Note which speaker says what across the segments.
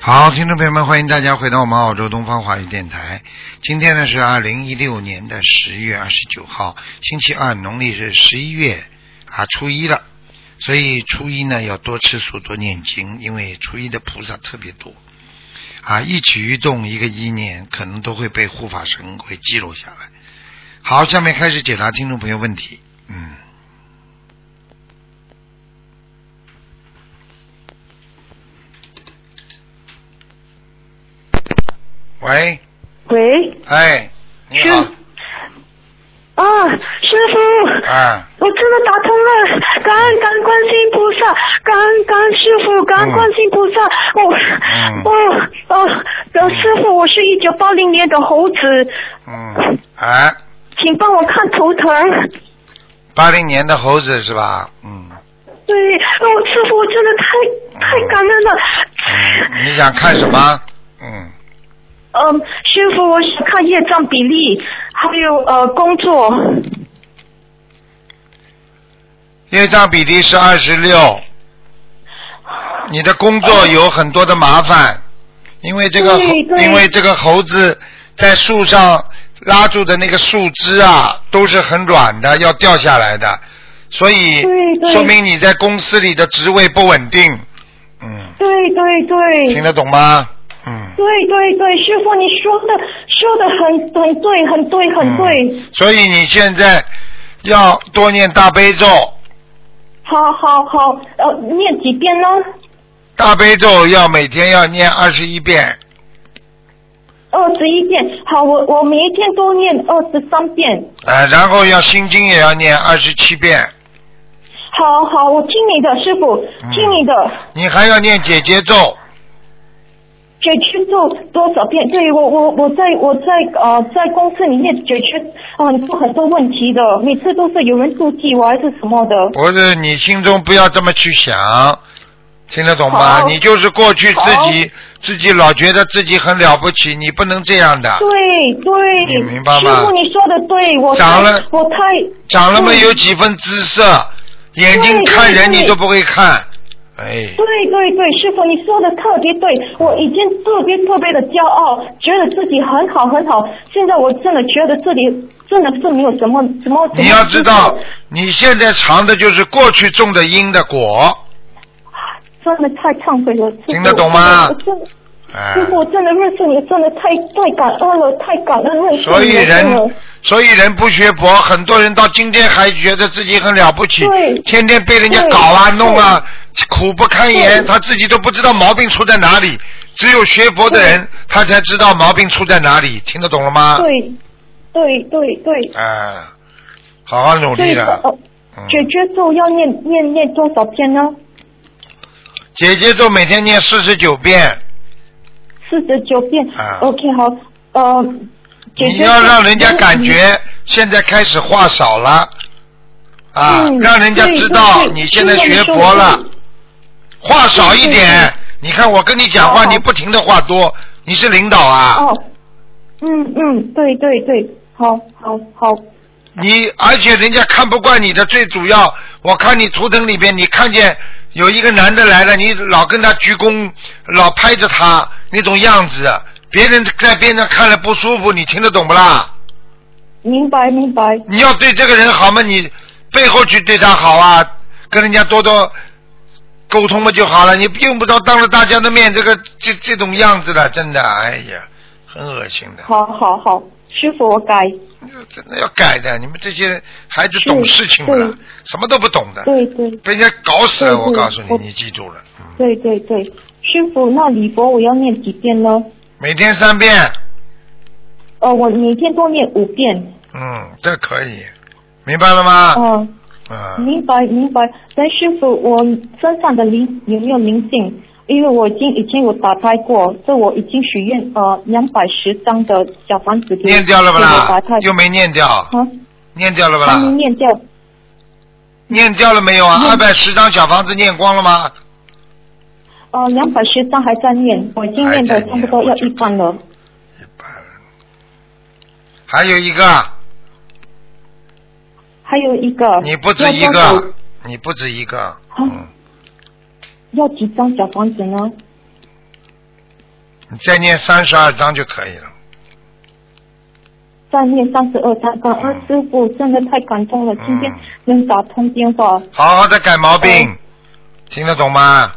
Speaker 1: 好，听众朋友们，欢迎大家回到我们澳洲东方华语电台。今天呢是二零一六年的十月二十九号，星期二，农历是十一月啊初一了。所以初一呢要多吃素，多念经，因为初一的菩萨特别多啊，一举一动，一个意念，可能都会被护法神会记录下来。好，下面开始解答听众朋友问题。嗯，喂，
Speaker 2: 喂，
Speaker 1: 哎，你
Speaker 2: 师
Speaker 1: 好，
Speaker 2: 啊，师傅，
Speaker 1: 啊，
Speaker 2: 我真的打通了，感恩感恩观世音菩萨，感恩感恩师傅，感恩观世音菩萨，
Speaker 1: 嗯
Speaker 2: 我我哦，呃师傅，我是一九八零年的猴子，
Speaker 1: 嗯，哎，
Speaker 2: 请帮我看图腾。
Speaker 1: 八零年的猴子是吧？嗯，
Speaker 2: 对，哦，师傅，我真的太太感恩了。
Speaker 1: 嗯你想看什么？嗯，
Speaker 2: 嗯，师傅，我想看业障比例，还有呃工作。
Speaker 1: 业障比例是二十六。你的工作有很多的麻烦，因为这个猴
Speaker 2: 对对
Speaker 1: 因为这个猴子在树上拉住的那个树枝啊，都是很软的，要掉下来的，所以
Speaker 2: 对对
Speaker 1: 说明你在公司里的职位不稳定。嗯，
Speaker 2: 对对对。
Speaker 1: 听得懂吗？嗯。
Speaker 2: 对对对，师傅，你说的说的很很对，很对，很对。
Speaker 1: 嗯所以你现在要多念大悲咒，
Speaker 2: 好好好，呃，念几遍呢？
Speaker 1: 大悲咒要每天要念二十一遍。
Speaker 2: 二十一遍。好，我我每一天都念二十三遍。
Speaker 1: 呃，然后要心经也要念二十七遍，
Speaker 2: 好好，我听你的，师傅，听你的。
Speaker 1: 你还要念姐姐咒，
Speaker 2: 解决咒多少遍？对我我我在我在呃在公司里面解决呃很多很多问题的，每次都是有人妒忌我还是什么的。
Speaker 1: 不是你心中不要这么去想，听得懂吗？
Speaker 2: 好
Speaker 1: 你就是过去自己
Speaker 2: 好
Speaker 1: 自己老觉得自己很了不起，你不能这样的。
Speaker 2: 对对，
Speaker 1: 你明白吗
Speaker 2: 师傅你说的对，我太
Speaker 1: 长了
Speaker 2: 我太
Speaker 1: 长了嘛
Speaker 2: 对
Speaker 1: 有几分姿色，眼睛
Speaker 2: 对
Speaker 1: 看人
Speaker 2: 对
Speaker 1: 你
Speaker 2: 对
Speaker 1: 都不会看，哎，
Speaker 2: 对对对，师傅你说的特别对，我以前特别特别的骄傲，觉得自己很好很好，现在我真的觉得自己真的是没有什么什么。
Speaker 1: 你要知道，你现在尝的就是过去种的因的果，
Speaker 2: 真的太忏悔了，师傅
Speaker 1: 听得懂吗
Speaker 2: 我真的
Speaker 1: 哎、
Speaker 2: 师傅，我真的认识你，真的太太感恩了，太感恩认识你了。
Speaker 1: 所以
Speaker 2: 真的
Speaker 1: 人，所以人不学佛，很多人到今天还觉得自己很了不起
Speaker 2: 对，
Speaker 1: 天天被人家搞啊
Speaker 2: 对
Speaker 1: 弄啊，苦不堪言，
Speaker 2: 对
Speaker 1: 他自己都不知道毛病出在哪里。只有学佛的人，他才知道毛病出在哪里，听得懂了吗？
Speaker 2: 对对对对，
Speaker 1: 啊，好好努力
Speaker 2: 对
Speaker 1: 了。
Speaker 2: 呃
Speaker 1: 嗯
Speaker 2: 解决咒要念念念多少篇呢？
Speaker 1: 姐姐咒每天念四十九遍，
Speaker 2: 四十九遍。
Speaker 1: 啊
Speaker 2: OK，好，呃，解
Speaker 1: 你
Speaker 2: 决
Speaker 1: 要
Speaker 2: 咒
Speaker 1: 让人家感
Speaker 2: 嗯
Speaker 1: 觉现在开始话少了，啊，
Speaker 2: 嗯
Speaker 1: 让人家知道
Speaker 2: 对对对
Speaker 1: 你现在学佛了
Speaker 2: 听见你说的，
Speaker 1: 话少一点。你看我跟你讲话，
Speaker 2: 嗯好好
Speaker 1: 你不停的话多，你是领导啊，
Speaker 2: 哦，嗯嗯，对对对，好好好，
Speaker 1: 你而且人家看不惯你的最主要，我看你图腾里边，你看见有一个男的来了，你老跟他鞠躬，老拍着他那种样子，别人在边上看了不舒服，你听得懂不啦？
Speaker 2: 明白明白，
Speaker 1: 你要对这个人好嘛，你背后去对他好啊，跟人家多多沟通嘛就好了。你用不着当着大家的面这个这这种样子了，真的，哎呀，很恶心的，
Speaker 2: 好好好，师傅我改，
Speaker 1: 真的要改的。你们这些孩子懂事情不了
Speaker 2: 对，
Speaker 1: 什么都不懂的，
Speaker 2: 对对
Speaker 1: 被人家搞死了。
Speaker 2: 对对
Speaker 1: 我告诉你，
Speaker 2: 我
Speaker 1: 你记住了，嗯，
Speaker 2: 对对对，师傅那礼佛我要念几遍呢？
Speaker 1: 每天三遍，
Speaker 2: 呃，我每天都念五遍。
Speaker 1: 嗯，这可以，明白了吗？
Speaker 2: 嗯、
Speaker 1: 嗯，
Speaker 2: 明白明白。但师傅，我身上的灵有没有灵性？因为我已经以前有打胎过，所以我已经许愿呃两百十张的小房子给
Speaker 1: 念掉了不
Speaker 2: 给我打
Speaker 1: 啦
Speaker 2: 胎？
Speaker 1: 又没念掉，
Speaker 2: 啊，
Speaker 1: 念掉了不啦？
Speaker 2: 还没念掉。
Speaker 1: 念掉了没有
Speaker 2: 嗯
Speaker 1: 啊？二百十张小房子念光了吗？
Speaker 2: 呃，两百十张还在念，我已经念
Speaker 1: 还
Speaker 2: 的
Speaker 1: 在
Speaker 2: 差
Speaker 1: 念
Speaker 2: 不多
Speaker 1: 我
Speaker 2: 要
Speaker 1: 就
Speaker 2: 一半了。
Speaker 1: 一般。还有一个，
Speaker 2: 哦还有一个，
Speaker 1: 你不止一
Speaker 2: 要多哦少
Speaker 1: 个，你不止一个，
Speaker 2: 啊
Speaker 1: 嗯，
Speaker 2: 要几张小房子呢？
Speaker 1: 你再念三十二章就可以了。
Speaker 2: 再念三十二章，感恩师傅，真的太感动了，今天
Speaker 1: 嗯
Speaker 2: 能打通电话，
Speaker 1: 好好的改毛病，听得懂吗？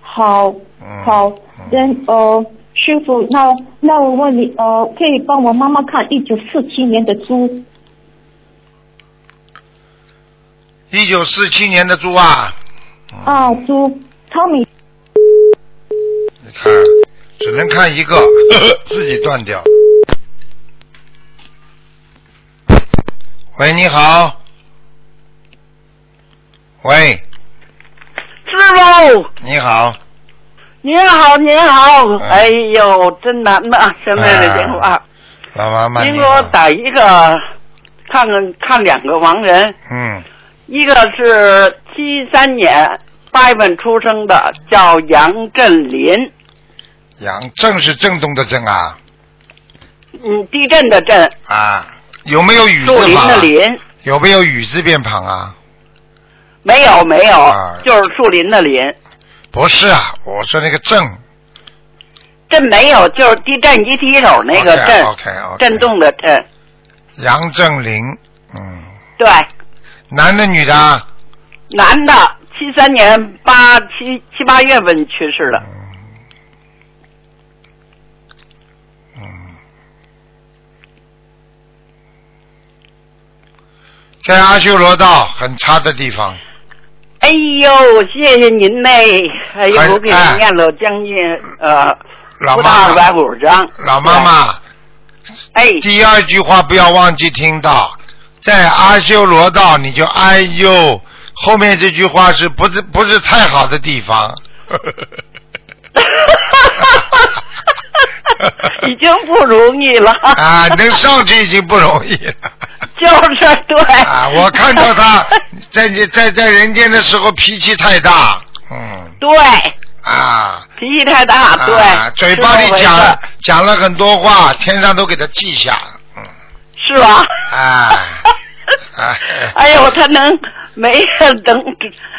Speaker 2: 好
Speaker 1: 嗯，
Speaker 2: 好
Speaker 1: 嗯，
Speaker 2: 嗯呃，师傅，那那我问你，呃，可以帮我妈妈看一九四七年的猪，
Speaker 1: 一九四七年的猪啊，嗯
Speaker 2: 啊，猪，超米，
Speaker 1: 你看，只能看一个， 自己断掉。喂，你好。喂，
Speaker 3: 师傅，
Speaker 1: 你好。
Speaker 3: 您好，您好，
Speaker 1: 嗯
Speaker 3: 哎呦，真难呐！现在的电
Speaker 1: 啊
Speaker 3: 话，
Speaker 1: 老妈妈。
Speaker 3: 您
Speaker 1: 你
Speaker 3: 给我
Speaker 1: 好。
Speaker 3: 打一个，看看看两个盲人，
Speaker 1: 嗯，
Speaker 3: 一个是七三年八月份出生的，叫杨振林，
Speaker 1: 杨震是震动的震啊
Speaker 3: 嗯，地震的震，
Speaker 1: 啊，有没有雨
Speaker 3: 树
Speaker 1: 字
Speaker 3: 林
Speaker 1: 旁
Speaker 3: 的
Speaker 1: 啊？
Speaker 3: 林，
Speaker 1: 有没有雨字边旁啊？
Speaker 3: 没有没有，
Speaker 1: 啊
Speaker 3: 就是树林的林，
Speaker 1: 不是啊，我说那个震。
Speaker 3: 震没有，就是地震一提手那个震，
Speaker 1: OK OK。
Speaker 3: 震。动的震，
Speaker 1: 杨振林，嗯，
Speaker 3: 对，
Speaker 1: 男的女的啊？
Speaker 3: 男的，七三年八七七八月份去世的。
Speaker 1: 嗯在阿修罗道很差的地方，
Speaker 3: 哎呦，谢谢您嘞！哎
Speaker 1: 哎
Speaker 3: 呦，我给
Speaker 1: 哎
Speaker 3: 您念了将近呃
Speaker 1: 老
Speaker 3: 不
Speaker 1: 妈
Speaker 3: 到二
Speaker 1: 妈，
Speaker 3: 百五十张。
Speaker 1: 老妈妈，
Speaker 3: 哎，
Speaker 1: 第二句话不要忘记听到，在阿修罗道你就哎呦，后面这句话是不是不是太好的地方？
Speaker 3: 已经不容易了。
Speaker 1: 啊，能上去已经不容易了。
Speaker 3: 就是对。
Speaker 1: 啊，我看到 他在在在人间的时候脾气太大，嗯
Speaker 3: 对，
Speaker 1: 啊，
Speaker 3: 脾气太大，对。
Speaker 1: 啊嘴巴
Speaker 3: 是这么
Speaker 1: 里
Speaker 3: 回
Speaker 1: 讲
Speaker 3: 事
Speaker 1: 讲了很多话，天上都给他记下，嗯，
Speaker 3: 是吧？
Speaker 1: 哎哎
Speaker 3: 哎呦，他能没能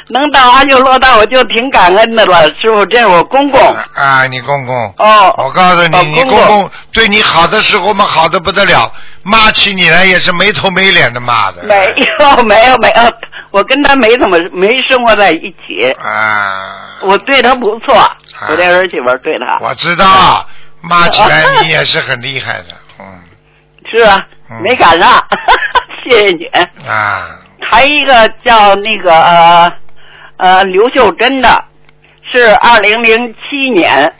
Speaker 3: 能到阿修罗道，我就挺感恩的了，师傅，这是我公公。
Speaker 1: 啊，你公公，
Speaker 3: 哦，
Speaker 1: 我告诉你，
Speaker 3: 哦
Speaker 1: 你
Speaker 3: 公
Speaker 1: 公
Speaker 3: 公
Speaker 1: 公对你好的时候嘛，好的不得了，骂起你来也是没头没脸的骂 的，
Speaker 3: 没有没有没有，我跟他没怎么没生活在一起。
Speaker 1: 啊，
Speaker 3: 我对他不错，我这儿媳妇儿对他
Speaker 1: 我知道，啊骂起来你也是很厉害的，嗯
Speaker 3: 是啊
Speaker 1: 嗯，
Speaker 3: 没赶上， 谢谢你。
Speaker 1: 啊，
Speaker 3: 还一个叫那个呃呃刘秀珍的，是二零零七年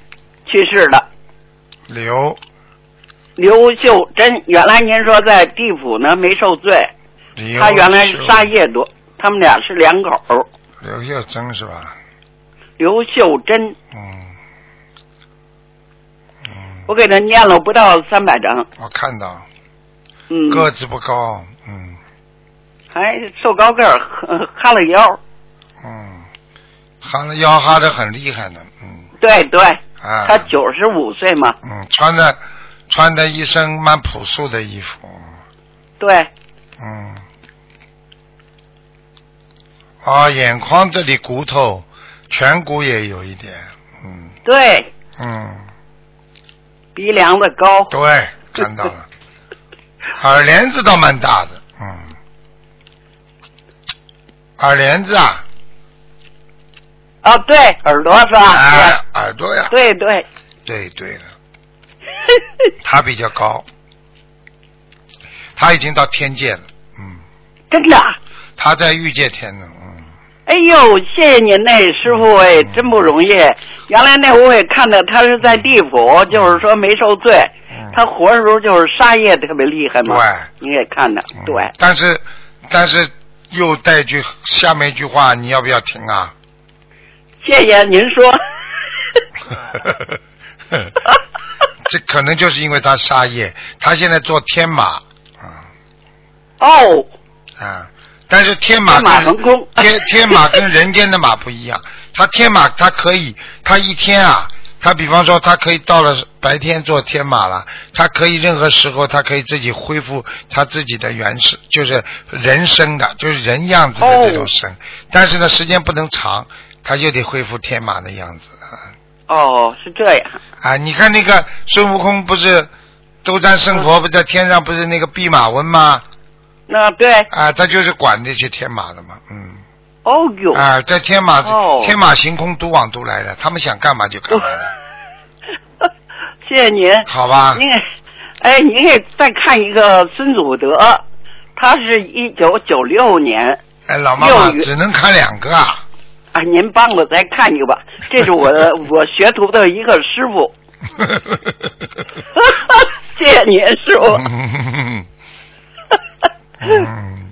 Speaker 3: 去世的。
Speaker 1: 刘
Speaker 3: 刘秀珍，原来您说在地府呢没受罪，
Speaker 1: 刘，
Speaker 3: 她原来是杀业多，他们俩是两口儿。
Speaker 1: 刘秀珍是吧？
Speaker 3: 刘秀珍，
Speaker 1: 嗯嗯，
Speaker 3: 我给她念了不到三百张，
Speaker 1: 我看到
Speaker 3: 嗯，
Speaker 1: 个子不高，嗯
Speaker 3: 还瘦高个儿， 呵哈了腰，
Speaker 1: 嗯，哈了腰哈的很厉害呢，嗯
Speaker 3: 对对，
Speaker 1: 啊，
Speaker 3: 她九十五岁嘛，
Speaker 1: 嗯穿的穿的一身蛮朴素的衣服，
Speaker 3: 对。
Speaker 1: 嗯，哦，眼眶这里骨头颧骨也有一点，嗯
Speaker 3: 对，
Speaker 1: 嗯，
Speaker 3: 鼻梁子高，
Speaker 1: 对，看到了，耳帘子倒蛮大的，嗯，耳帘子啊，
Speaker 3: 啊，对，耳朵是吧？
Speaker 1: 哎，
Speaker 3: 啊
Speaker 1: 耳朵呀，
Speaker 3: 对对，
Speaker 1: 对对了，他比较高，他已经到天界了，嗯，
Speaker 3: 真的啊。
Speaker 1: 他在欲界天呢，嗯，
Speaker 3: 哎呦，谢谢您那师傅哎，真不容易。原来那我也看到他是在地府，就是说没受罪。
Speaker 1: 嗯
Speaker 3: 他活的时候就是杀业特别厉害嘛。
Speaker 1: 对
Speaker 3: 你也看到，
Speaker 1: 嗯
Speaker 3: 对，
Speaker 1: 但是但是又带句下面一句话，你要不要听啊？
Speaker 3: 谢谢您说。
Speaker 1: 这可能就是因为他杀业，他现在做天马，啊、
Speaker 3: 哦，
Speaker 1: 啊，但是天马
Speaker 3: 天马
Speaker 1: 跟
Speaker 3: 行空
Speaker 1: 天天马跟人间的马不一样，他天马他可以，他一天啊，他比方说他可以到了白天做天马了，他可以任何时候他可以自己恢复他自己的原始，就是人生的，就是人样子
Speaker 3: 哦
Speaker 1: 的这种生，但是呢时间不能长，他就得恢复天马的样子啊。
Speaker 3: 哦，是这样。
Speaker 1: 啊，你看那个孙悟空不是斗战
Speaker 3: 嗯
Speaker 1: 胜佛，不在天上不是那个弼马温吗？
Speaker 3: 那对，
Speaker 1: 啊，他就是管那些天马的嘛，嗯，
Speaker 3: 哦哟，
Speaker 1: 啊，在天马
Speaker 3: 哦
Speaker 1: 天马行空，独往独来的，他们想干嘛就干 嘛的，
Speaker 3: 谢谢您。
Speaker 1: 好吧？
Speaker 3: 您给，哎，您给再看一个孙祖德，他是一九九六年
Speaker 1: 哎，老妈妈
Speaker 3: 六月
Speaker 1: 只能看两个 啊，
Speaker 3: 啊，您帮我再看一个吧，这是我 的我学徒的一个师傅， 谢谢您师傅。
Speaker 1: 嗯 嗯，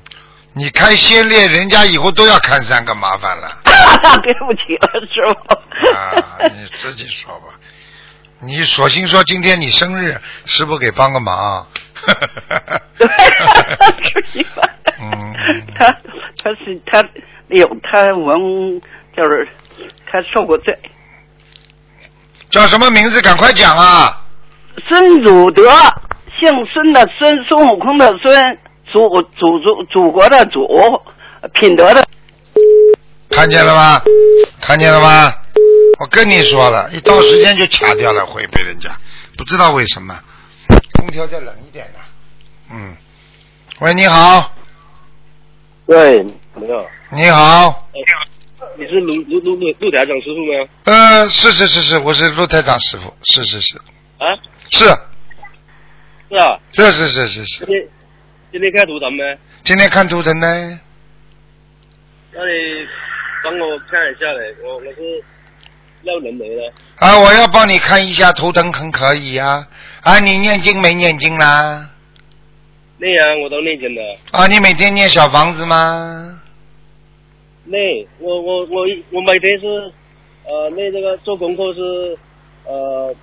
Speaker 1: 你开先烈，人家以后都要看三个，麻烦了。
Speaker 3: 对不起了，师傅。
Speaker 1: 啊，你自己说吧。你索性说今天你生日，师傅给帮个 忙。
Speaker 3: 对，是吧？
Speaker 1: 嗯
Speaker 3: 他他是他有他文就是他受过罪。
Speaker 1: 叫什么名字？赶快讲啊！
Speaker 3: 孙祖德，姓孙的孙，孙悟空的孙，祖祖祖祖国的祖，品德的。
Speaker 1: 看见了吗？看见了吗？我跟你说了，一到时间就卡掉了，会被人家不知道为什么。空调再冷一点呢、嗯，喂，你好，
Speaker 4: 喂，朋友，
Speaker 1: 你好，
Speaker 4: 你是卢卢卢卢陆台长师傅吗？
Speaker 1: 呃，是是是是，我是陆台长师傅，是是是
Speaker 4: 啊，
Speaker 1: 是，
Speaker 4: 是啊，
Speaker 1: 这是是是
Speaker 4: 今
Speaker 1: 是。
Speaker 4: 天今天看图腾吗？
Speaker 1: 今天看图腾呢，
Speaker 4: 那你帮我看一下嘞，我我是要人没了，
Speaker 1: 啊，我要帮你看一下头疼，很可以呀、啊。你念经没念经啦？
Speaker 4: 那样我都内经了，
Speaker 1: 啊，你每天念小房子吗？
Speaker 4: 那我我我我每天是呃那这个做功课是呃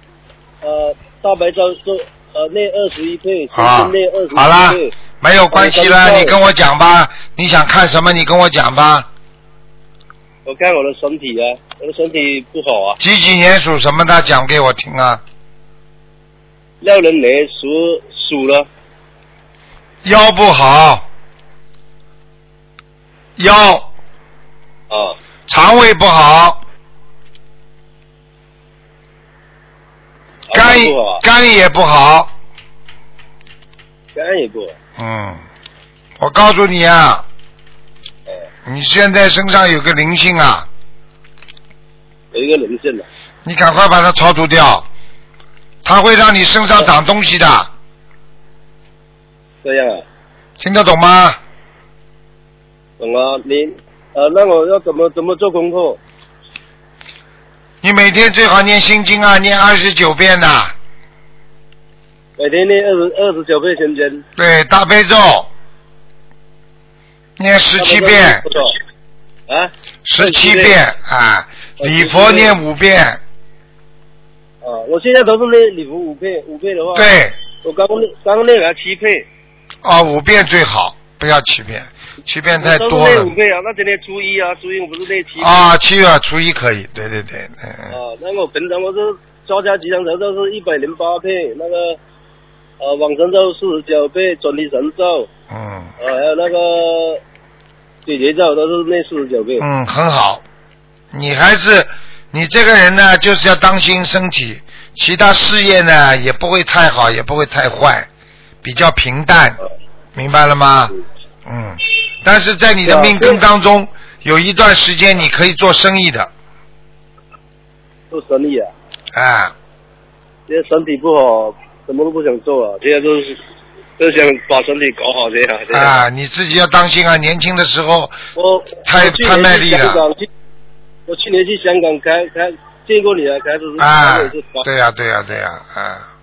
Speaker 4: 呃大白咒做呃那二十一遍，心
Speaker 1: 啊
Speaker 4: 经那二十一，
Speaker 1: 好啦
Speaker 4: 遍，
Speaker 1: 没有关系啦，你跟我讲吧。你想看什么？你跟我讲吧。
Speaker 4: 我看我的身体啊，我的身体不好啊，
Speaker 1: 几几年属什么的？讲给我听啊。
Speaker 4: 要人没数数了。
Speaker 1: 腰不好，腰
Speaker 4: 啊，
Speaker 1: 肠胃不好，肝
Speaker 4: 不好啊，
Speaker 1: 肝也不好。
Speaker 4: 肝也不好，
Speaker 1: 嗯，我告诉你啊，
Speaker 4: 哎，
Speaker 1: 你现在身上有个灵性啊，
Speaker 4: 有一个人性的，
Speaker 1: 你赶快把它超度掉，它会让你身上长东西的，
Speaker 4: 这样啊，
Speaker 1: 听得懂吗？
Speaker 4: 懂了，你，呃，那我要怎么怎么做功课？
Speaker 1: 你每天最好念心经啊，念二十九遍呐、
Speaker 4: 每天念二十二十九遍心经，
Speaker 1: 对，大悲咒念十七遍
Speaker 4: 不，错，啊，
Speaker 1: 十七
Speaker 4: 17
Speaker 1: 遍啊，礼佛念五遍，
Speaker 4: 啊，我现在都是念礼服五配，五配的话，，
Speaker 1: 对，
Speaker 4: 我刚刚练刚刚练了七配，
Speaker 1: 哦，五遍最好，不要七遍，七遍太
Speaker 4: 我都
Speaker 1: 多
Speaker 4: 是
Speaker 1: 了
Speaker 4: 练五配啊，那今天初一啊，初一我不是练七配
Speaker 1: 啊，七月初一可以，对对对，嗯嗯。
Speaker 4: 啊，那我平常我是抓加吉祥神咒是一百零八配，那个呃往生咒四十九配，准提神咒，
Speaker 1: 嗯
Speaker 4: 呃还有那个解结咒都是念四十九遍。
Speaker 1: 嗯，很好。你还是你这个人呢，就是要当心身体，其他事业呢也不会太好，也不会太坏，比较平淡，明白了吗？嗯。但是在你的
Speaker 4: 对啊
Speaker 1: 命根当中，有一段时间你可以做生意的，
Speaker 4: 做生意啊，
Speaker 1: 啊，
Speaker 4: 现在身体不好，什么都不想做啊，现在都是都想把身体搞好这样。这样，
Speaker 1: 啊，你自己要当心啊！年轻的时候，
Speaker 4: 我
Speaker 1: 太
Speaker 4: 我去
Speaker 1: 太卖
Speaker 4: 年
Speaker 1: 力
Speaker 4: 去
Speaker 1: 了
Speaker 4: 香港去，我去年去香港开开见过你啊，开始是
Speaker 1: 啊
Speaker 4: 开始是，
Speaker 1: 对呀、对呀、对呀、啊，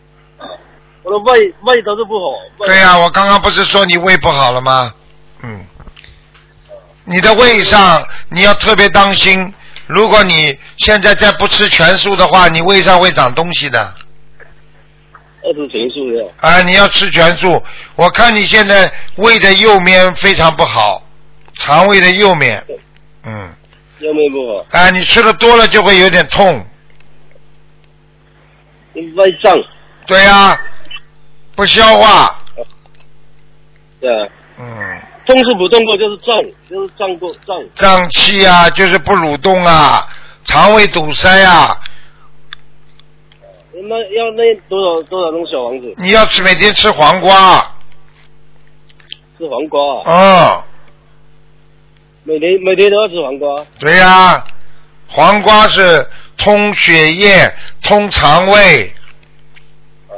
Speaker 4: 我的胃胃都是不好。胃
Speaker 1: 对呀、啊我刚刚不是说你胃不好了吗？嗯，你的胃上你要特别当心，如果你现在再不吃全素的话，你胃上会长东西的。
Speaker 4: 二十情素的，
Speaker 1: 啊，你要吃全素。我看你现在胃的右面非常不好，肠胃的右面，嗯，
Speaker 4: 腰面不好，
Speaker 1: 啊，你吃的多了就会有点痛。
Speaker 4: 胃胀，
Speaker 1: 对呀、不消化，
Speaker 4: 对啊，
Speaker 1: 嗯，
Speaker 4: 动是不动过就是胀，就是胀过胀。
Speaker 1: 胀气啊，就是不蠕动啊，肠胃堵塞啊，
Speaker 4: 那要那多少多少种小王子？
Speaker 1: 你要吃每天吃黄瓜，
Speaker 4: 吃黄瓜啊？
Speaker 1: 哦，
Speaker 4: 每天每天都要吃黄瓜？
Speaker 1: 对呀、黄瓜是通血液、通肠胃，
Speaker 4: 啊，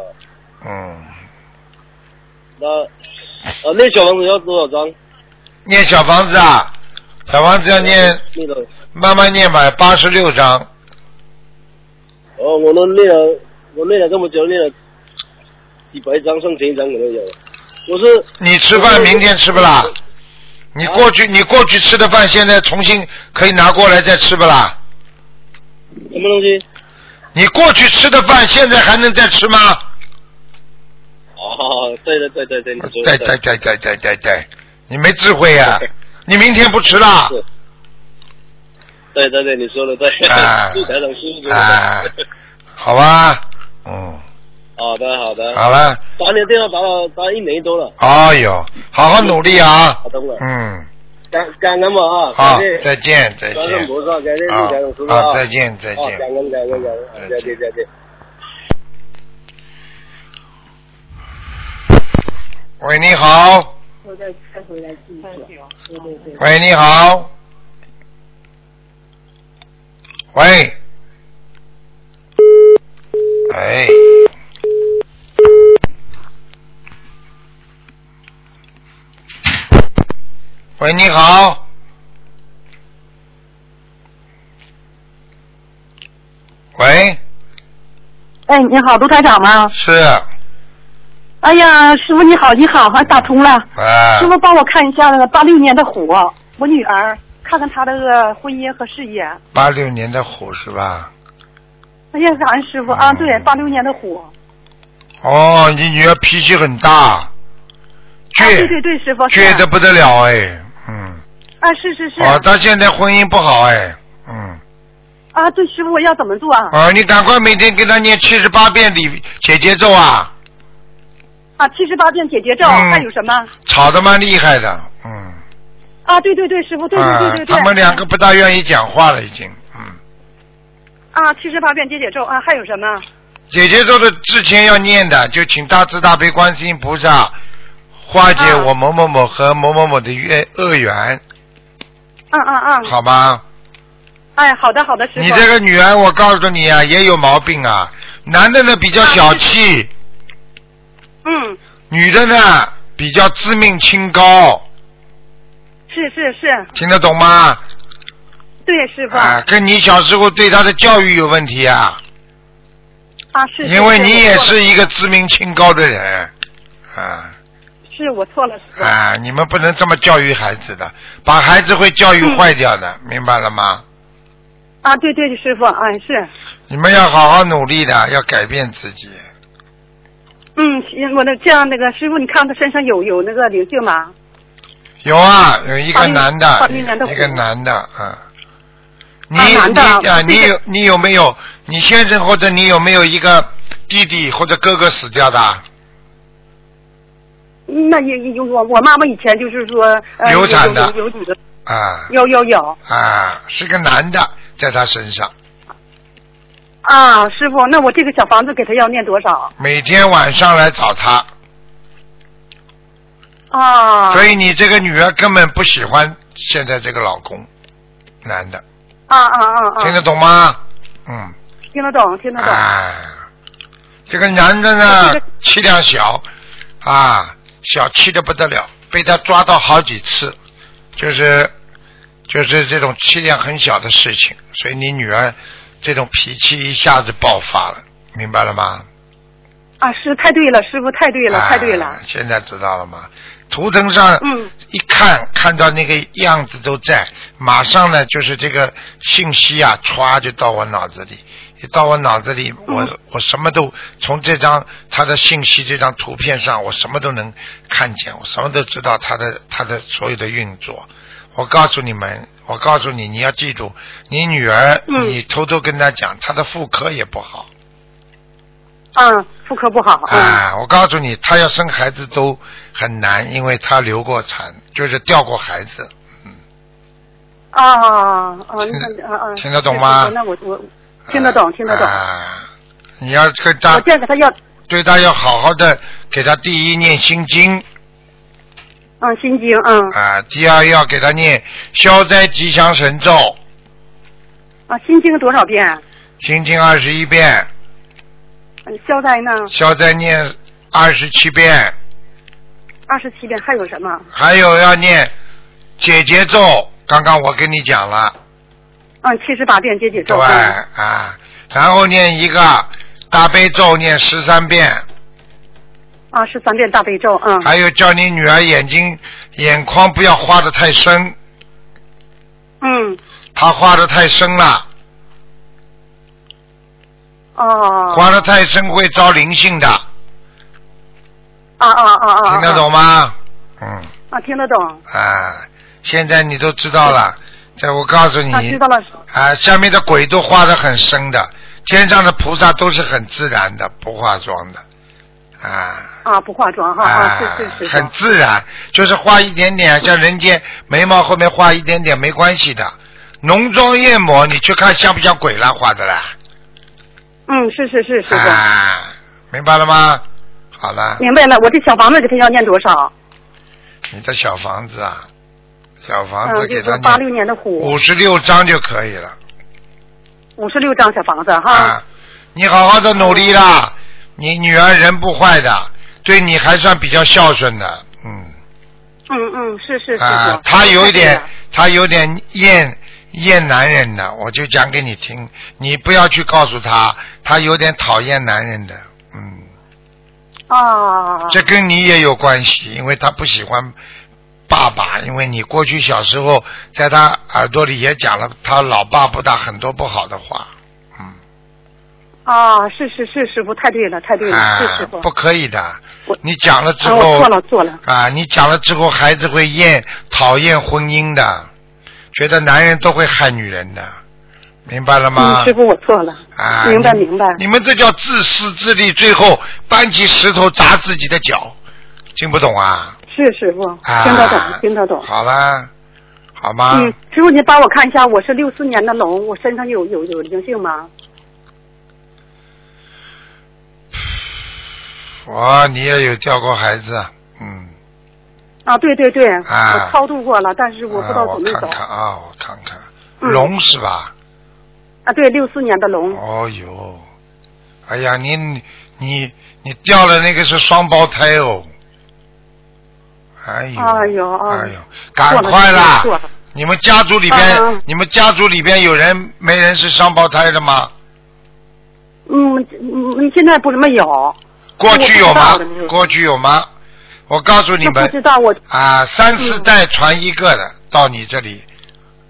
Speaker 1: 嗯，
Speaker 4: 那啊那小王子要多少张？
Speaker 1: 念小房子啊，小房子要念，
Speaker 4: 那个
Speaker 1: 慢慢念吧，八十六章，
Speaker 4: 哦，我都练了，我练了这么久，练了几百张，上千张可能有。我是
Speaker 1: 你吃饭明天吃不啦？你过去你过去吃的饭，现在重新可以拿过来再吃不啦？
Speaker 4: 什么东西？
Speaker 1: 你过去吃的饭，现在还能再吃吗？
Speaker 4: 哦，对的，对对对，你说
Speaker 1: 对
Speaker 4: 的
Speaker 1: 对对对对对对，你没智慧呀、你明天不吃啦？
Speaker 4: 是对对对，你说的对。
Speaker 1: 啊
Speaker 4: 是台长师傅说的。
Speaker 1: 啊，好吧，嗯，
Speaker 4: 好的好的。
Speaker 1: 好了，
Speaker 4: 打你的电话打了打了一年多了，
Speaker 1: 哎呦，好好努力啊
Speaker 4: 打，通了。
Speaker 1: 嗯，
Speaker 4: 感感恩我啊，
Speaker 1: 好
Speaker 4: 感谢，
Speaker 1: 再见再
Speaker 4: 感恩
Speaker 1: 见，
Speaker 4: 菩萨，感谢
Speaker 1: 好
Speaker 4: 台长师傅
Speaker 1: 好再见再见嗯
Speaker 4: 好哦感恩感恩感恩，啊好再见再见。
Speaker 1: 喂，你好，
Speaker 5: 我再再回来记一下。对对对。
Speaker 1: 喂，你好，喂，哎，喂，你好，喂，
Speaker 5: 哎，你好，卢台长吗？
Speaker 1: 是
Speaker 5: 哎呀，师傅你好，你好，还打通了。
Speaker 1: 啊
Speaker 5: 师，傅帮我看一下那个八六年的虎，哦我女儿，看看她这个婚姻和事业。
Speaker 1: 八六年的虎是吧？
Speaker 5: 哎呀，感恩师傅啊，对，八六年的虎。
Speaker 1: 哦，你女儿脾气很大，倔、
Speaker 5: 啊，对对对，师傅。是
Speaker 1: 倔得不得了哎，嗯，
Speaker 5: 啊，是是是。
Speaker 1: 哦，她现在婚姻不好哎，嗯，
Speaker 5: 啊，对，师傅我要怎么做啊？
Speaker 1: 哦，你赶快每天给她念七十八遍礼姐姐咒啊，
Speaker 5: 啊，七十八遍解结咒，
Speaker 1: 嗯
Speaker 5: 还有什么？
Speaker 1: 吵得蛮厉害的，嗯，
Speaker 5: 啊，对对对，师傅，对对对
Speaker 1: 啊
Speaker 5: 对，对。
Speaker 1: 他们两个。不大愿意讲话了已经，嗯，
Speaker 5: 啊，七十八遍解结咒啊，还有什么？
Speaker 1: 姐姐咒的之前要念的，就请大慈大悲观世音菩萨化解
Speaker 5: 啊
Speaker 1: 我某某某和某某某的冤恶缘，
Speaker 5: 嗯嗯嗯。
Speaker 1: 好吗？
Speaker 5: 哎，好的好的，师傅。
Speaker 1: 你这个女人，我告诉你啊，也有毛病啊。男的呢比较小
Speaker 5: 啊
Speaker 1: 气，
Speaker 5: 嗯，
Speaker 1: 女的呢比较自命清高，
Speaker 5: 是是是，
Speaker 1: 听得懂吗？
Speaker 5: 对，师傅。
Speaker 1: 啊，跟你小时候对她的教育有问题啊，
Speaker 5: 啊，是，是
Speaker 1: 因为
Speaker 5: 是
Speaker 1: 你
Speaker 5: 我
Speaker 1: 也
Speaker 5: 错了
Speaker 1: 是一个自命清高的人，啊
Speaker 5: 是我错了，师傅。
Speaker 1: 啊，你们不能这么教育孩子的，把孩子会教育坏掉的，明白了吗？
Speaker 5: 啊，对对，师傅，哎，是，
Speaker 1: 你们要好好努力的，要改变自己。
Speaker 5: 嗯，行我的这样那个师傅，你看他身上有有那个灵性吗？
Speaker 1: 有啊，有一个
Speaker 5: 八零
Speaker 1: 男
Speaker 5: 八
Speaker 1: 的，
Speaker 5: 零年的
Speaker 1: 一个
Speaker 5: 虎
Speaker 1: 男的，啊。你
Speaker 5: 男
Speaker 1: 你
Speaker 5: 的
Speaker 1: 啊，
Speaker 5: 这个
Speaker 1: 你有你有没有你先生或者你有没有一个弟弟或者哥哥死掉的？
Speaker 5: 嗯那也也有我我妈妈以前就是说，呃，
Speaker 1: 流
Speaker 5: 有
Speaker 1: 产的
Speaker 5: 有有几个，
Speaker 1: 啊
Speaker 5: 有有有
Speaker 1: 啊，是个男的，在他身上，
Speaker 5: 啊，师傅，那我这个小房子给他要念多少
Speaker 1: 每天晚上来找他，
Speaker 5: 啊？
Speaker 1: 所以你这个女儿根本不喜欢现在这个老公，男的，
Speaker 5: 啊啊啊啊，
Speaker 1: 听得懂吗？嗯，
Speaker 5: 听得懂，听得懂。
Speaker 1: 啊，这个男的
Speaker 5: 我
Speaker 1: 呢
Speaker 5: 觉得，
Speaker 1: 气量小，啊，小气的不得了，被他抓到好几次，就是就是这种气量很小的事情，所以你女儿这种脾气一下子爆发了，明白了吗？
Speaker 5: 啊，是太对了，师傅太对了，
Speaker 1: 啊
Speaker 5: 太对了。
Speaker 1: 现在知道了吗？图腾上
Speaker 5: 嗯
Speaker 1: 一看看到那个样子都在，马上呢就是这个信息啊，歘就到我脑子里，一到我脑子里，
Speaker 5: 嗯
Speaker 1: 我、我什么都从这张他的信息这张图片上，我什么都能看见，我什么都知道他的他的所有的运作。我告诉你们，我告诉你，你要记住，你女儿，
Speaker 5: 嗯
Speaker 1: 你偷偷跟她讲，她的妇科也不好。
Speaker 5: 嗯，妇科不好。嗯
Speaker 1: 啊，我告诉你，她要生孩子都很难，因为她流过产，就是掉过孩子。
Speaker 5: 啊啊，那啊啊，
Speaker 1: 听得懂吗
Speaker 5: 那我我听得懂，听得懂。
Speaker 1: 啊，你要跟
Speaker 5: 我
Speaker 1: 他
Speaker 5: 现在给他要，
Speaker 1: 对他要好好的给他第一念心经
Speaker 5: 嗯，心经，嗯，
Speaker 1: 啊，第二要给他念消灾吉祥神咒，
Speaker 5: 啊，心经多少遍？
Speaker 1: 心经二十一遍，
Speaker 5: 嗯，消灾呢？
Speaker 1: 消灾念二十七遍，
Speaker 5: 二十七遍，还有什么？
Speaker 1: 还有要念解结咒，刚刚我跟你讲了。
Speaker 5: 嗯，七十八遍解解咒。
Speaker 1: 对
Speaker 5: 嗯
Speaker 1: 啊，然后念一个大悲咒，念十三遍，
Speaker 5: 啊，十三遍大悲咒，嗯，
Speaker 1: 还有叫你女儿眼睛眼眶不要画的太深，
Speaker 5: 嗯，
Speaker 1: 她画的太深了，
Speaker 5: 哦，
Speaker 1: 画的太深会招灵性的，
Speaker 5: 啊啊啊啊，
Speaker 1: 听得懂吗？嗯，
Speaker 5: 啊，听得懂，
Speaker 1: 啊，现在你都知道了，这我告诉
Speaker 5: 啊，
Speaker 1: 你
Speaker 5: 知道，了，
Speaker 1: 啊，下面的鬼都画的很深的，天上的菩萨都是很自然的，不化妆的，啊。
Speaker 5: 啊，不化妆哈，
Speaker 1: 啊
Speaker 5: 啊，是是，是
Speaker 1: 很
Speaker 5: 是，
Speaker 1: 自然，就是画一点点，像人间眉毛后面画一点点没关系的。浓妆艳抹，你去看像不像鬼啦画的啦？
Speaker 5: 嗯，是是是是的，嗯
Speaker 1: 啊，明白了吗？好了，
Speaker 5: 明白了，我这小房子给他要念多少？
Speaker 1: 你的小房子啊，小房
Speaker 5: 嗯，
Speaker 1: 子给
Speaker 5: 就是
Speaker 1: 他
Speaker 5: 说八六年的虎，
Speaker 1: 五十六张就可以了
Speaker 5: 五十六张小房子哈，
Speaker 1: 啊。你好好的努力啦，
Speaker 5: 嗯
Speaker 1: 你女儿人不坏的，对你还算比较孝顺的，嗯。
Speaker 5: 嗯嗯，是是是
Speaker 1: 啊
Speaker 5: 是，，
Speaker 1: 他有一点
Speaker 5: 是啊的，
Speaker 1: 他有点厌厌男人的，我就讲给你听，你不要去告诉他，他有点讨厌男人的，嗯，
Speaker 5: 啊，
Speaker 1: 这跟你也有关系，因为他不喜欢爸爸，因为你过去小时候在他耳朵里也讲了他老爸不大很多不好的话，嗯，
Speaker 5: 啊，是是是，师傅太对了，太对了，
Speaker 1: 啊
Speaker 5: 是师傅，，
Speaker 1: 不可以的
Speaker 5: 我，
Speaker 1: 你讲了之
Speaker 5: 啊，我
Speaker 1: 后
Speaker 5: 错了错了，
Speaker 1: 啊，你讲了之后，孩子会厌讨厌婚姻的，觉得男人都会害女人的，明白了吗？
Speaker 5: 嗯，师傅我错了，
Speaker 1: 啊，
Speaker 5: 明白
Speaker 1: 你
Speaker 5: 明白，
Speaker 1: 你们这叫自私自利，最后搬起石头砸自己的脚，听不懂啊？
Speaker 5: 是师傅，
Speaker 1: 啊，
Speaker 5: 听得懂听得懂。
Speaker 1: 好啦，好吗？
Speaker 5: 嗯，师傅，您帮我看一下，我是六四年的龙，我身上有有有灵性吗？
Speaker 1: 哇，你也有掉过孩子，啊，嗯，
Speaker 5: 啊，对对对，
Speaker 1: 啊
Speaker 5: 我超度过了，但是我不知道
Speaker 1: 啊
Speaker 5: 怎么
Speaker 1: 我
Speaker 5: 走
Speaker 1: 看。看啊，我看看，
Speaker 5: 嗯
Speaker 1: 龙是吧？
Speaker 5: 啊，对，六四年的龙，
Speaker 1: 哦呦，哎呀，你你你你掉了那个是双胞胎哦。哎呦，
Speaker 5: 哎呦哎
Speaker 1: 哎呦，赶快啦
Speaker 5: 做了做了！
Speaker 1: 你们家族里边，
Speaker 5: 嗯嗯
Speaker 1: 你们家族里边有人没人是双胞胎的吗？
Speaker 5: 嗯嗯，现在不怎么有，
Speaker 1: 过去有吗
Speaker 5: 我不知道的？
Speaker 1: 过去有吗？我告诉你
Speaker 5: 就不知
Speaker 1: 们
Speaker 5: 道我
Speaker 1: 啊，三四代传一个的到你这里，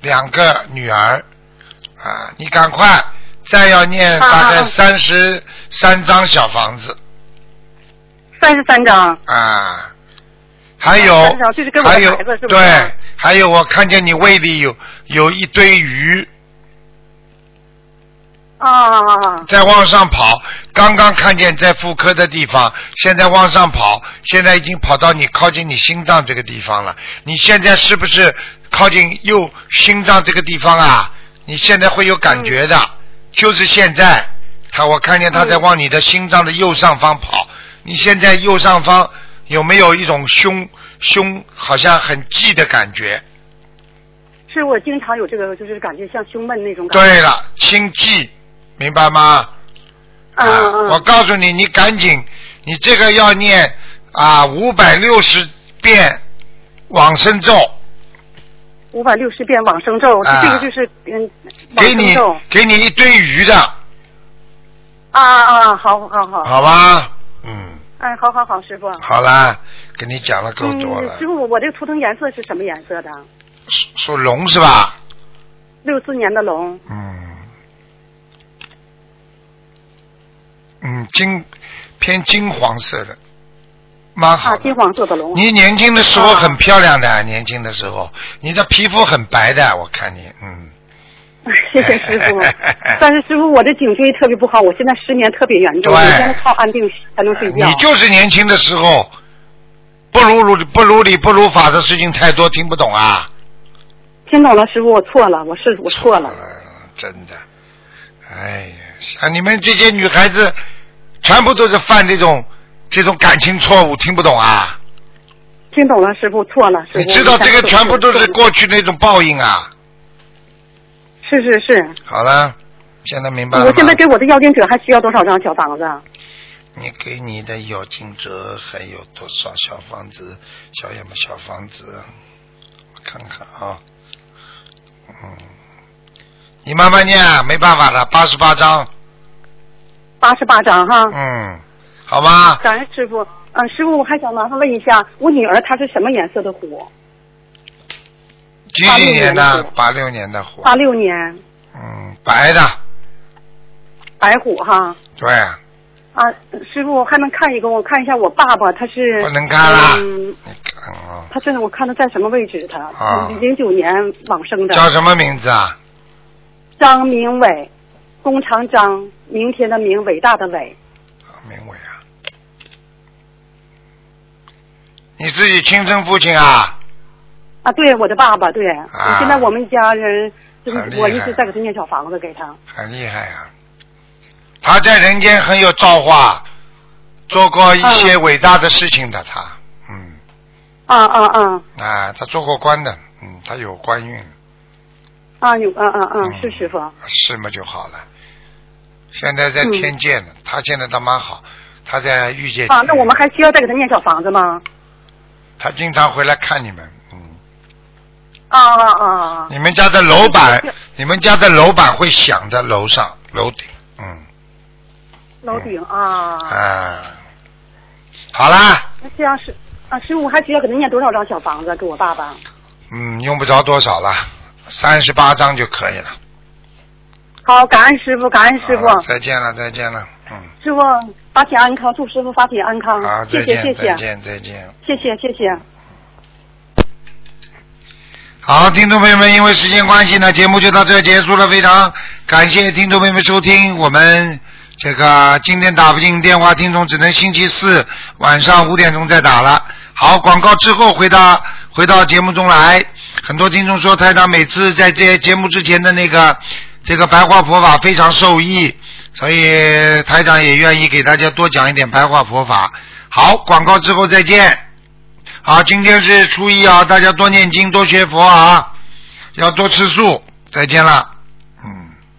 Speaker 1: 两个女儿啊，你赶快再要念大概
Speaker 5: 嗯嗯嗯
Speaker 1: 三十三张小房子。
Speaker 5: 三十三张，
Speaker 1: 啊，还有
Speaker 5: 啊30就是跟我的
Speaker 1: 还有
Speaker 5: 孩子是不是啊
Speaker 1: 对，还有我看见你胃里有有一堆鱼
Speaker 5: 啊，
Speaker 1: 在往上跑，刚刚看见在妇科的地方，现在往上跑，现在已经跑到你靠近你心脏这个地方了。你现在是不是靠近右心脏这个地方啊？你现在会有感觉的，就是现在，他我看见他在往你的心脏的右上方跑。你现在右上方有没有一种胸胸好像很悸的感觉？
Speaker 5: 是我经常有这个，就是感觉像胸闷那种感觉。
Speaker 1: 对了，心悸，明白吗？
Speaker 5: 嗯
Speaker 1: 啊
Speaker 5: 嗯，
Speaker 1: 我告诉你，你赶紧，你这个要念啊五百六十遍往生咒，
Speaker 5: 五百六十遍往生咒，
Speaker 1: 啊
Speaker 5: 这个就是嗯，往
Speaker 1: 给
Speaker 5: 生
Speaker 1: 你
Speaker 5: 咒。
Speaker 1: 给你一堆鱼的，
Speaker 5: 啊啊，好好好，
Speaker 1: 好吧？嗯，
Speaker 5: 哎，好好好，师傅。
Speaker 1: 好啦，跟你讲了够多
Speaker 5: 嗯
Speaker 1: 了，
Speaker 5: 师，傅，我我这个图腾颜色是什么颜色的？
Speaker 1: 属属龙是吧？
Speaker 5: 六四年的龙，
Speaker 1: 嗯，嗯，金偏金黄色的，蛮好
Speaker 5: 啊，
Speaker 1: 的。
Speaker 5: 金黄色啊的龙。
Speaker 1: 你年轻的时候很漂亮的，啊年轻的时候，你的皮肤很白的，我看你，嗯。
Speaker 5: 谢谢师傅，但是师傅，我这颈椎特别不好，我现在失眠特别严重，
Speaker 1: 对
Speaker 5: 每天靠安定才能睡觉。
Speaker 1: 你就是年轻的时候，不如如不如理不如法的事情太多，听不懂啊。
Speaker 5: 听懂了，师傅，我错了，我是我错了。
Speaker 1: 呃真的。哎呀，像你们这些女孩子，全部都是犯这种这种感情错误，听不懂啊？
Speaker 5: 听懂了，师傅错了，师
Speaker 1: 你
Speaker 5: 傅。
Speaker 1: 知道这个全部都是过去那种报应啊？
Speaker 5: 是是是，
Speaker 1: 好了，现在明白了吗
Speaker 5: 我现在给我的要经者还需要多少张小房子啊？
Speaker 1: 你给你的有经者还有多少小房子？小什么小房子？我看看啊，嗯，你慢慢念，没办法了，八十八章，
Speaker 5: 八十八张哈。
Speaker 1: 嗯，好吗？
Speaker 5: 感恩师傅。嗯，师傅，我还想麻烦问一下，我女儿她是什么颜色的虎？
Speaker 1: 几几年的？八
Speaker 5: 86
Speaker 1: 六年的虎，
Speaker 5: 八六年
Speaker 1: 嗯，白的，
Speaker 5: 白虎哈。
Speaker 1: 对，
Speaker 5: 啊，师傅还能看一个，我看一下我爸爸，他是
Speaker 1: 不能看了
Speaker 5: 嗯，
Speaker 1: 你看啊、
Speaker 5: 他是我看他在什么位置？他
Speaker 1: 啊
Speaker 5: 零九年往生的，
Speaker 1: 叫什么名字啊？
Speaker 5: 张明伟，弓长张，明天的明，伟大的伟。
Speaker 1: 啊明伟啊，你自己亲生父亲啊？
Speaker 5: 啊，对，我的爸爸，对，
Speaker 1: 啊
Speaker 5: 现在我们家人就是
Speaker 1: 很厉害
Speaker 5: 我一直在给他念小房子给他。
Speaker 1: 很厉害啊！他在人间很有造化，做过一些
Speaker 5: 嗯
Speaker 1: 伟大的事情的他，嗯，
Speaker 5: 啊啊啊
Speaker 1: 啊，他做过官的，嗯，他有官运，
Speaker 5: 啊，有啊啊啊，
Speaker 1: 嗯
Speaker 5: 是师傅。嗯
Speaker 1: 是嘛就好了。现在在天界呢，他现在倒蛮好，他在遇见
Speaker 5: 啊，那我们还需要再给他念小房子吗？
Speaker 1: 他经常回来看你们，嗯，
Speaker 5: 啊啊啊！
Speaker 1: 你们家的楼板
Speaker 5: 是，
Speaker 1: 你们家的楼板会响在楼上楼顶，嗯
Speaker 5: 楼顶啊，
Speaker 1: 啊，好啦，
Speaker 5: 那这样是啊，师傅我还需要给他念多少张小房子给我爸爸？
Speaker 1: 嗯，用不着多少了，三十八章就可以了。
Speaker 5: 好，感恩师傅，感恩师傅
Speaker 1: 好，了再见了，再见了，嗯，
Speaker 5: 师傅法体安康，祝师傅法体安康
Speaker 1: 好，，
Speaker 5: 谢
Speaker 1: 再见，
Speaker 5: 谢嗯谢
Speaker 1: 再
Speaker 5: 谢
Speaker 1: 见，再见。
Speaker 5: 谢谢谢谢。
Speaker 1: 好，听众朋友们，因为时间关系呢，节目就到这儿结束了。非常感谢听众朋友们收听，我们这个今天打不进电话，听众只能星期四晚上五点钟再打了。好，广告之后回到回到节目中来。很多听众说，台长每次在这节目之前的那个这个白话佛法非常受益，所以台长也愿意给大家多讲一点白话佛法。好，广告之后再见。好，今天是初一啊，大家多念经，多学佛啊，要多吃素。再见了。